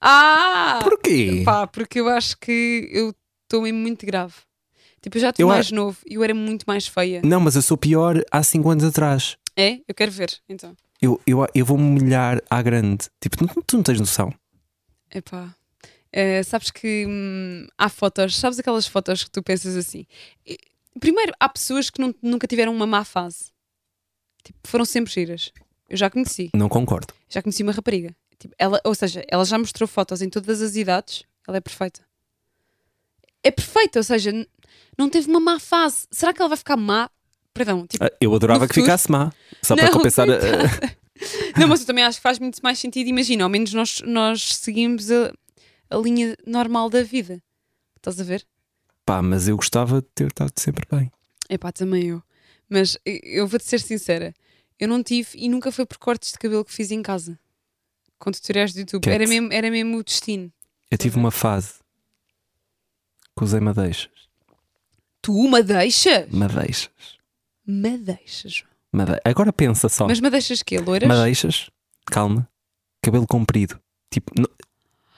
S1: Ah!
S2: Porquê?
S1: Pá, porque eu acho que eu estou em muito grave. Tipo, eu já estou
S2: Eu a-
S1: mais novo e eu era muito mais feia.
S2: Não, mas eu sou pior há 5 anos atrás.
S1: É? Eu quero ver, então.
S2: Eu, eu, eu vou-me humilhar à grande. Tipo, tu, tu não tens noção.
S1: Epá. Eh, sabes que hum, há fotos, sabes aquelas fotos que tu pensas assim? E- Primeiro, há pessoas que não- nunca tiveram uma má fase. Tipo, foram sempre giras. Eu já conheci,
S2: Não concordo.
S1: já conheci uma rapariga. Tipo, ela, ou seja, ela já mostrou fotos em todas as idades, ela é perfeita. É perfeita, ou seja, n- não teve uma má fase. Será que ela vai ficar má? Perdão, tipo,
S2: Ah, Eu adorava
S1: No
S2: que
S1: futuro-
S2: ficasse má. Só para
S1: Não, então.
S2: compensar. eh, a-
S1: Não, mas eu também acho que faz muito mais sentido. Imagina, ao menos nós, nós seguimos a, a linha normal da vida. Estás a ver?
S2: Pá, mas eu gostava de ter estado sempre bem.
S1: Epá, também eu. Mas e- eu vou-te ser sincera. Eu não tive e nunca foi por cortes de cabelo que fiz em casa. Com tutoriais do YouTube.
S2: Cat.
S1: Era mesmo, era mesmo o destino.
S2: Eu tive uma fase que usei madeixas.
S1: Tu madeixas?
S2: Madeixas.
S1: Madeixas. João.
S2: Made... Agora pensa só.
S1: Mas madeixas quê? Loiras?
S2: Madeixas, calma, cabelo comprido. Tipo, no-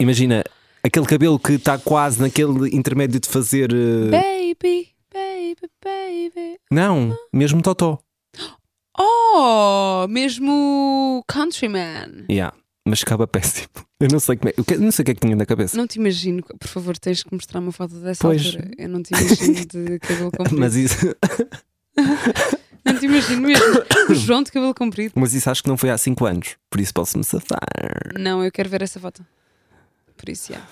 S2: imagina aquele cabelo que está quase naquele intermédio de fazer. eh,
S1: Baby, baby, baby.
S2: Não, mesmo totó.
S1: Oh, mesmo countryman.
S2: Yeah. Mas acaba péssimo. Eu não sei, como é, eu que- não sei o que é que tinha na cabeça.
S1: Não te imagino, por favor, tens que mostrar uma foto dessa
S2: Pois.
S1: altura. Eu não te imagino de cabelo comprido.
S2: Mas isso,
S1: Não te imagino mesmo. O João de cabelo comprido.
S2: mas isso acho que não foi há 5 anos. Por isso posso-me safar.
S1: Não, eu quero ver essa foto. Por isso, yeah.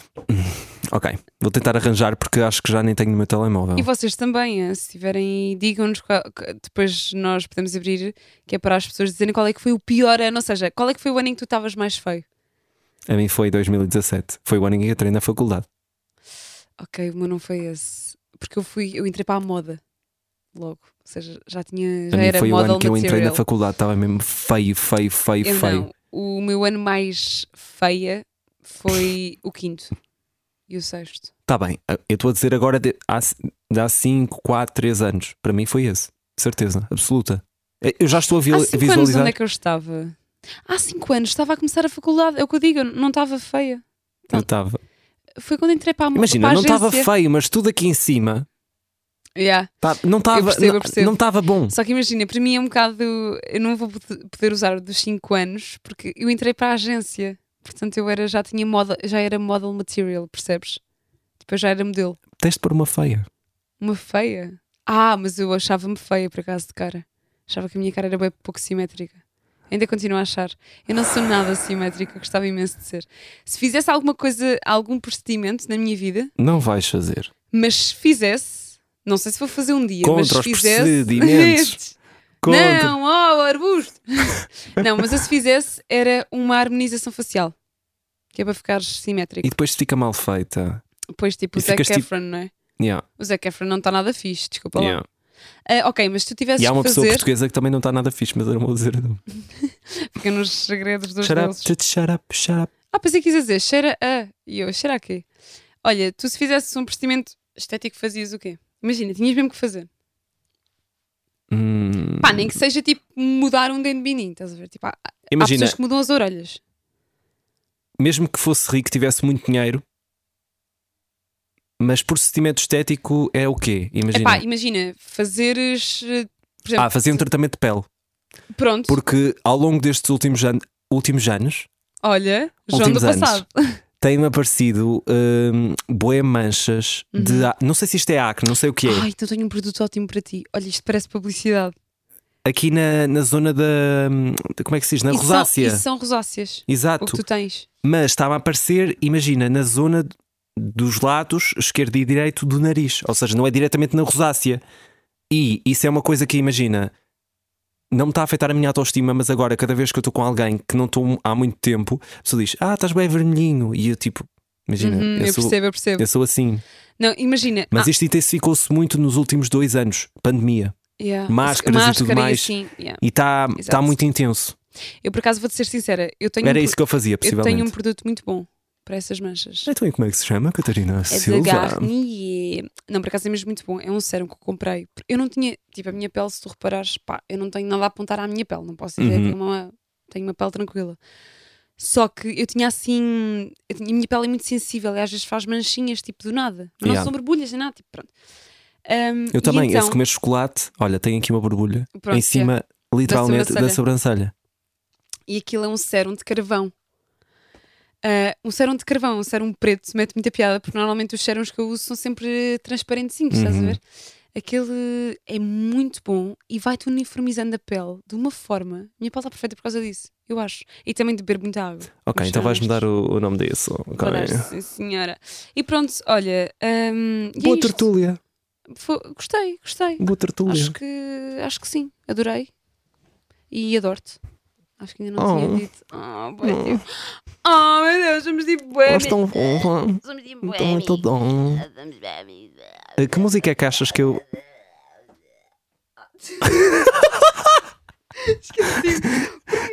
S2: Ok, vou tentar arranjar porque acho que já nem tenho no meu telemóvel.
S1: E vocês também, eh, se tiverem, digam-nos, qual- que- depois nós podemos abrir, que é para as pessoas dizerem qual é que foi o pior ano, ou seja, qual é que foi o ano em que tu estavas mais feio.
S2: A mim foi 2017. Foi o ano em que entrei na faculdade.
S1: Ok, o meu não foi esse. Porque eu fui, eu entrei para a moda logo. Ou seja, já tinha,
S2: A
S1: já
S2: mim
S1: era
S2: foi o
S1: model
S2: ano que eu entrei na
S1: material.
S2: faculdade. Estava mesmo feio, feio, feio,
S1: Eu
S2: feio.
S1: não. O meu ano mais feia foi o quinto e o sexto.
S2: Tá bem, eu estou a dizer agora de, há, de há 5, 4, 3 anos. Para mim foi esse, de certeza, absoluta. É, Eu já estou a vi-
S1: Há cinco anos
S2: visualizar.
S1: onde é que eu estava? Há cinco anos estava a começar a faculdade. É o que eu digo, eu não estava feia.
S2: Eu estava.
S1: Foi quando entrei tá? para a moda.
S2: Imagina, não estava feio, mas tudo aqui em cima
S1: Yeah.
S2: tá-
S1: Eu
S2: não estava
S1: percebo, eu percebo.
S2: não estava bom.
S1: Só que imagina, para mim é um bocado. Eu não vou pod- poder usar o dos 5 anos porque eu entrei para a agência. Portanto, eu era, já tinha moda, já era model material, percebes? Depois já era modelo.
S2: Tens de pôr uma feia.
S1: Uma feia? Ah, mas eu achava-me feia por acaso de cara. Achava que a minha cara era bem pouco simétrica. Ainda continuo a achar. Eu não sou nada simétrica, eu gostava imenso de ser. Se fizesse alguma coisa, algum procedimento na minha vida,
S2: Não vais fazer.
S1: mas se fizesse, não sei se vou fazer um dia, mas
S2: Contra
S1: se
S2: os
S1: fizesse.
S2: procedimentos. Contra.
S1: Não, oh, arbusto! não, mas eu se fizesse era uma harmonização facial. Que é para ficar
S2: E
S1: simétrico.
S2: depois fica mal feita.
S1: Depois, tipo, o
S2: e
S1: Zac
S2: ficas tipo-
S1: Efron, não é?
S2: Yeah,
S1: O Zac Efron não está nada fixe, desculpa lá.
S2: yeah.
S1: Ah, ok, mas se tu tivesses
S2: E há uma
S1: que
S2: pessoa
S1: fazer.
S2: portuguesa que também não está nada fixe, mas eu não vou dizer. não.
S1: Fica nos segredos dos
S2: Shut up,
S1: deuses.
S2: just shut up, shut up.
S1: Ah, pensei que quis dizer cheira a. E eu, cheira a quê? Olha, tu se fizesses um procedimento estético, fazias o quê? Imagina, tinhas mesmo que fazer.
S2: Hum,
S1: Pá, nem que seja tipo mudar um dente de bininho, estás a ver? Tipo, há, há
S2: Imagina.
S1: pessoas que mudam as orelhas.
S2: mesmo que fosse rico, tivesse muito dinheiro, mas procedimento estético é o quê?
S1: É
S2: Imagina.
S1: pá, imagina, fazeres. eh, Por exemplo,
S2: ah, fazer um tratamento de pele.
S1: pronto,
S2: Porque ao longo destes últimos, an- últimos anos
S1: olha, João do
S2: últimos anos.
S1: passado.
S2: tem-me aparecido hum, bué manchas de. a- Não sei se isto é acne, não sei o que é.
S1: Uhum. Ai, então tenho um produto ótimo para ti. Olha, isto parece publicidade.
S2: Aqui na, na zona da. hum, de- como é que se diz? Na
S1: E são-
S2: rosácea. Ah,
S1: e são rosáceas. O
S2: Exato.
S1: que tu tens.
S2: Mas estava a aparecer, imagina, na zona d- dos lados esquerdo e direito do nariz. Ou seja, não é diretamente na rosácea. E isso é uma coisa que, imagina, não me está a afetar a minha autoestima, mas agora, cada vez que eu estou com alguém que não estou há muito tempo, a pessoa diz: Ah, estás bem vermelhinho. E eu, tipo, imagina,
S1: Uhum,
S2: eu,
S1: eu
S2: sou,
S1: percebo, eu percebo.
S2: eu sou assim.
S1: Não, imagina.
S2: Mas
S1: ah,
S2: isto intensificou-se muito nos últimos dois anos
S1: ah,
S2: pandemia.
S1: yeah.
S2: máscaras e tudo
S1: Máscara
S2: mais.
S1: assim, yeah.
S2: E está está
S1: Exato.
S2: muito intenso.
S1: Eu por acaso vou-te ser sincera, eu tenho, um,
S2: Era
S1: pro-
S2: isso que eu fazia,
S1: eu
S2: possivelmente.
S1: tenho um produto muito bom para essas manchas.
S2: Então, e como é que se chama, Catarina?
S1: É da Garnier. Não, por acaso é mesmo muito bom. É um sérum que eu comprei. Eu não tinha, tipo, a minha pele, se tu reparares, pá, eu não tenho nada a apontar à minha pele. Não posso dizer,
S2: Uhum.
S1: tenho, uma, tenho uma pele tranquila. Só que eu tinha assim. eu tinha- a minha pele é muito sensível e às vezes faz manchinhas, tipo, do nada. Mas
S2: Yeah.
S1: não são borbulhas, nem nada, tipo, pronto. Ahm,
S2: Eu
S1: e
S2: também, eu
S1: então-
S2: se comer chocolate, olha, tem aqui uma borbulha
S1: Pronto, é
S2: em cima, literalmente, da
S1: Da
S2: sobrancelha.
S1: e aquilo é um sérum de carvão. Ah, um sérum de carvão, um sérum preto, mete muita piada, porque normalmente os sérums que eu uso são sempre transparentezinhos, estás a
S2: Uhum.
S1: ver? Aquele é muito bom e vai-te uniformizando a pele de uma forma. Minha pele está perfeita por causa disso, eu acho. E também de beber muita água.
S2: Ok,
S1: Vamos
S2: então
S1: ser
S2: vais mudar
S1: honestos.
S2: o, é o nome disso.
S1: Vou
S2: ok.
S1: dar, sim, senhora. E pronto, olha. ahm, e é
S2: Boa
S1: isto.
S2: tertúlia,
S1: Foi- Gostei, gostei.
S2: boa tertúlia.
S1: Acho que, acho que sim, adorei. E adoro-te. Acho que ainda não
S2: Oh.
S1: tinha dito. Oh, bué, tipo. oh, meu Deus, somos tipo bué
S2: Mas tão bom,
S3: Somos de
S2: tão muito bom.
S3: Somos bem
S2: Eh, Que música é que achas que eu.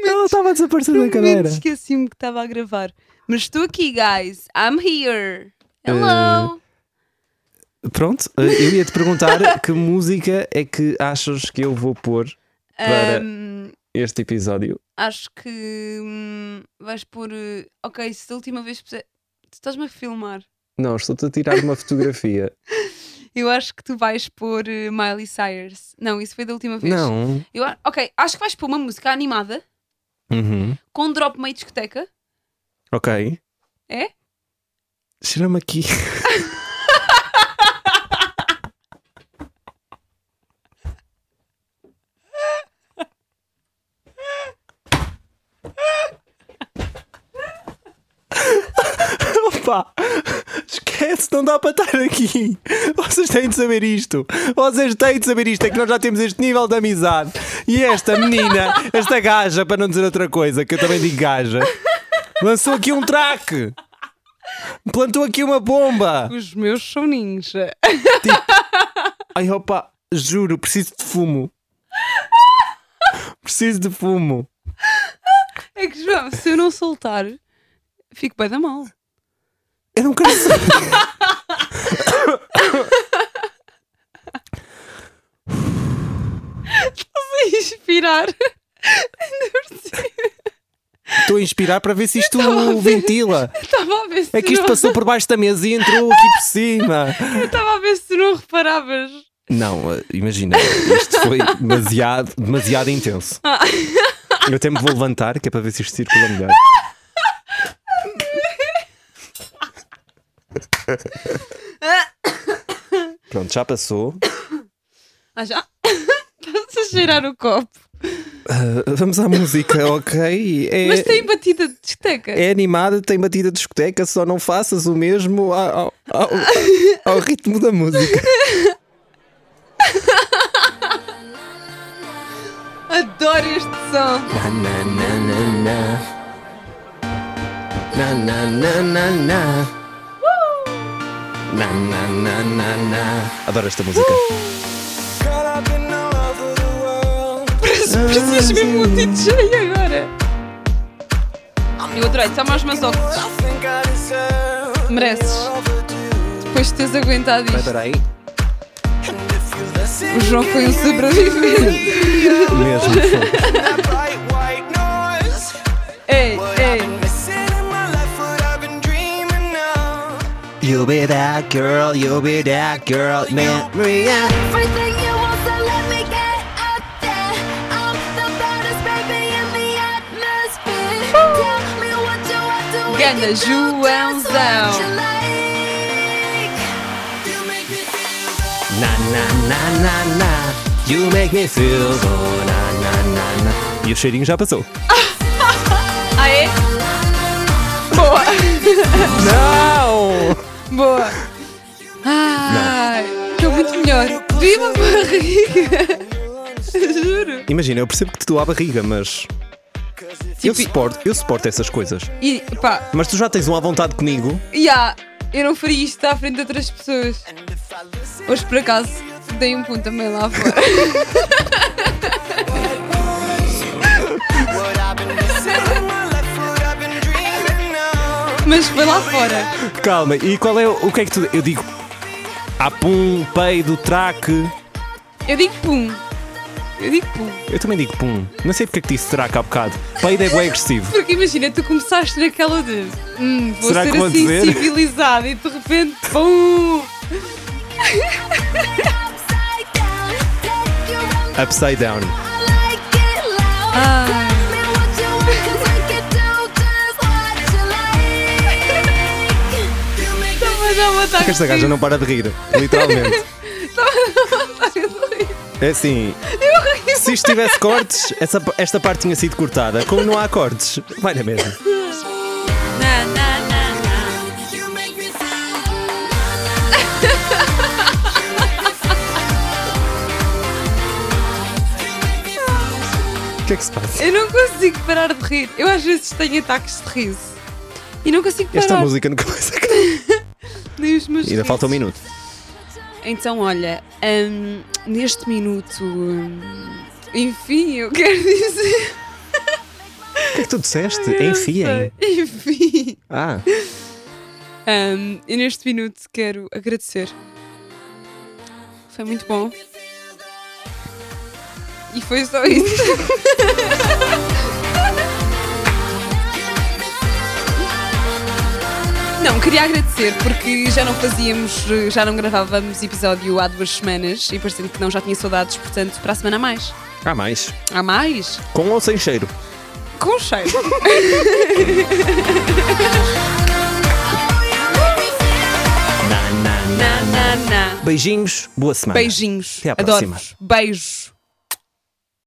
S2: Ela estava a desaparecer da cadeira.
S1: Esqueci-me que estava a gravar. Mas estou aqui, guys. I'm here. Hello.
S2: Pronto, eh, eu ia te perguntar que música é que achas que eu vou pôr Eh, para-
S1: Um,
S2: este episódio.
S1: acho que hum, vais pôr. eh, Ok, se da última vez. puse- Tu estás-me a filmar.
S2: Não, estou-te a tirar uma fotografia.
S1: Eu acho que tu vais pôr eh, Miley Cyrus. Não, isso foi da última vez.
S2: Não.
S1: Eu, a- ok, acho que vais pôr uma música animada
S2: Uhum.
S1: com drop meio discoteca.
S2: Ok.
S1: É?
S2: Cheira-me aqui. Opa! Esquece, não dá para estar aqui. Vocês têm de saber isto. Vocês têm de saber isto. É que nós já temos este nível de amizade. E esta menina, esta gaja, para não dizer outra coisa, que eu também digo gaja, lançou aqui um track. Plantou aqui uma bomba.
S1: Os meus É são ninja.
S2: Ai, opa, juro, preciso de fumo. Preciso de fumo.
S1: É que João, se eu não soltar, fico bem da mal.
S2: Eu não quero saber.
S1: Sem inspirar. Ainda por cima.
S2: Estou a inspirar para ver se isto ventila.
S1: Estava a ver se
S2: É que isto
S1: tu
S2: passou por baixo da mesa e entrou aqui por cima.
S1: não- Estava a ver se tu não reparavas.
S2: Não, eh, imagina, isto foi demasiado, demasiado intenso.
S1: Ah.
S2: Eu até me vou levantar, que é para ver se isto circula melhor. Pronto, já passou.
S1: Ah, já? Estás a cheirar o copo.
S2: Eh, vamos à música, ok? É,
S1: Mas tem batida de discoteca.
S2: é animada, tem batida de discoteca, só não faças o mesmo ao, ao- ao- ao ritmo da música.
S1: Adoro este som.
S2: Na, na, na, na, na. Na, na, na, na, na. Na, na, na, na, na. Adoro esta música.
S1: Precisas mesmo um DJ agora. Eu adorei. Toma aos meus óculos. Mereces. Depois de teres aguentado isto.
S2: Espera aí.
S1: O João foi um sobrevivente.
S2: Mesmo. foi.
S1: Ei, ei.
S2: You'll be that girl, you'll be that girl, Maria.
S3: Everything you want, so let me get up there. I'm the baddest baby in the atmosphere. Tell me what you want to we
S1: Ganda
S3: can do just what
S1: Joãozão.
S3: you like.
S2: Na na na na na, you make me feel so na na na na. E o cheirinho já passou.
S1: Aê! Boa!
S2: Não!
S1: Boa! Ai, estou muito melhor. Viva a barriga! Juro!
S2: Imagina, eu percebo que te dou à barriga, mas. Eu
S1: Tipo-
S2: suporto, eu suporto essas coisas.
S1: E pá,
S2: Mas tu já tens um à vontade comigo.
S1: já, eu não faria isto à frente de outras pessoas. Hoje por acaso dei um ponto também lá fora. Mas foi lá fora.
S2: Calma, e qual é o, o que é que tu. Eu digo. Há pum, peido, traque.
S1: Eu digo pum. Eu digo pum.
S2: Eu também digo pum. Não sei porque é que disse traque há bocado. Peido é bem agressivo.
S1: Porque imagina, tu começaste naquela de hum, vou
S2: Será que
S1: ser
S2: vão
S1: assim
S2: dizer?
S1: civilizada e de repente pum!
S3: Upside down, take you round the
S2: Upside down.
S3: I like it loud.
S1: Ah.
S3: Tell me what you want, 'cause we can do just what you like.
S1: Estava a dar um ataque.
S2: Esta gaja não para de rir, literalmente.
S1: Estava a dar um ataque. de-
S2: É assim,
S1: Eu ri.
S2: se isto tivesse cortes, essa- esta parte tinha sido cortada. Como não há cortes, vai na mesma.
S1: Na, na, na, na.
S2: O que é que se passa?
S1: Ah. Eu não consigo parar de rir. Eu às vezes tenho ataques de riso. E não consigo parar.
S2: Esta música não começa a
S1: Nem os meus
S2: Ainda
S1: risos.
S2: falta um minuto.
S1: Então, olha, hum, neste minuto. hum, enfim, eu quero dizer.
S2: O que é que tu disseste?
S1: Eu não
S2: Enfim.
S1: sei. Enfim.
S2: Ah,
S1: Hum, e neste minuto quero agradecer. Foi muito bom. E foi só isso. Não, queria agradecer porque já não fazíamos, eh, já não gravávamos episódio há duas semanas e parecendo que não já tinha saudades, portanto, para a semana há mais.
S2: há mais.
S1: Há mais?
S2: Com ou sem cheiro?
S1: Com cheiro.
S2: Na, na, na.
S1: na, na, na.
S2: Beijinhos, boa semana.
S1: Beijinhos.
S2: Até à
S1: Adoro-vos. Beijos.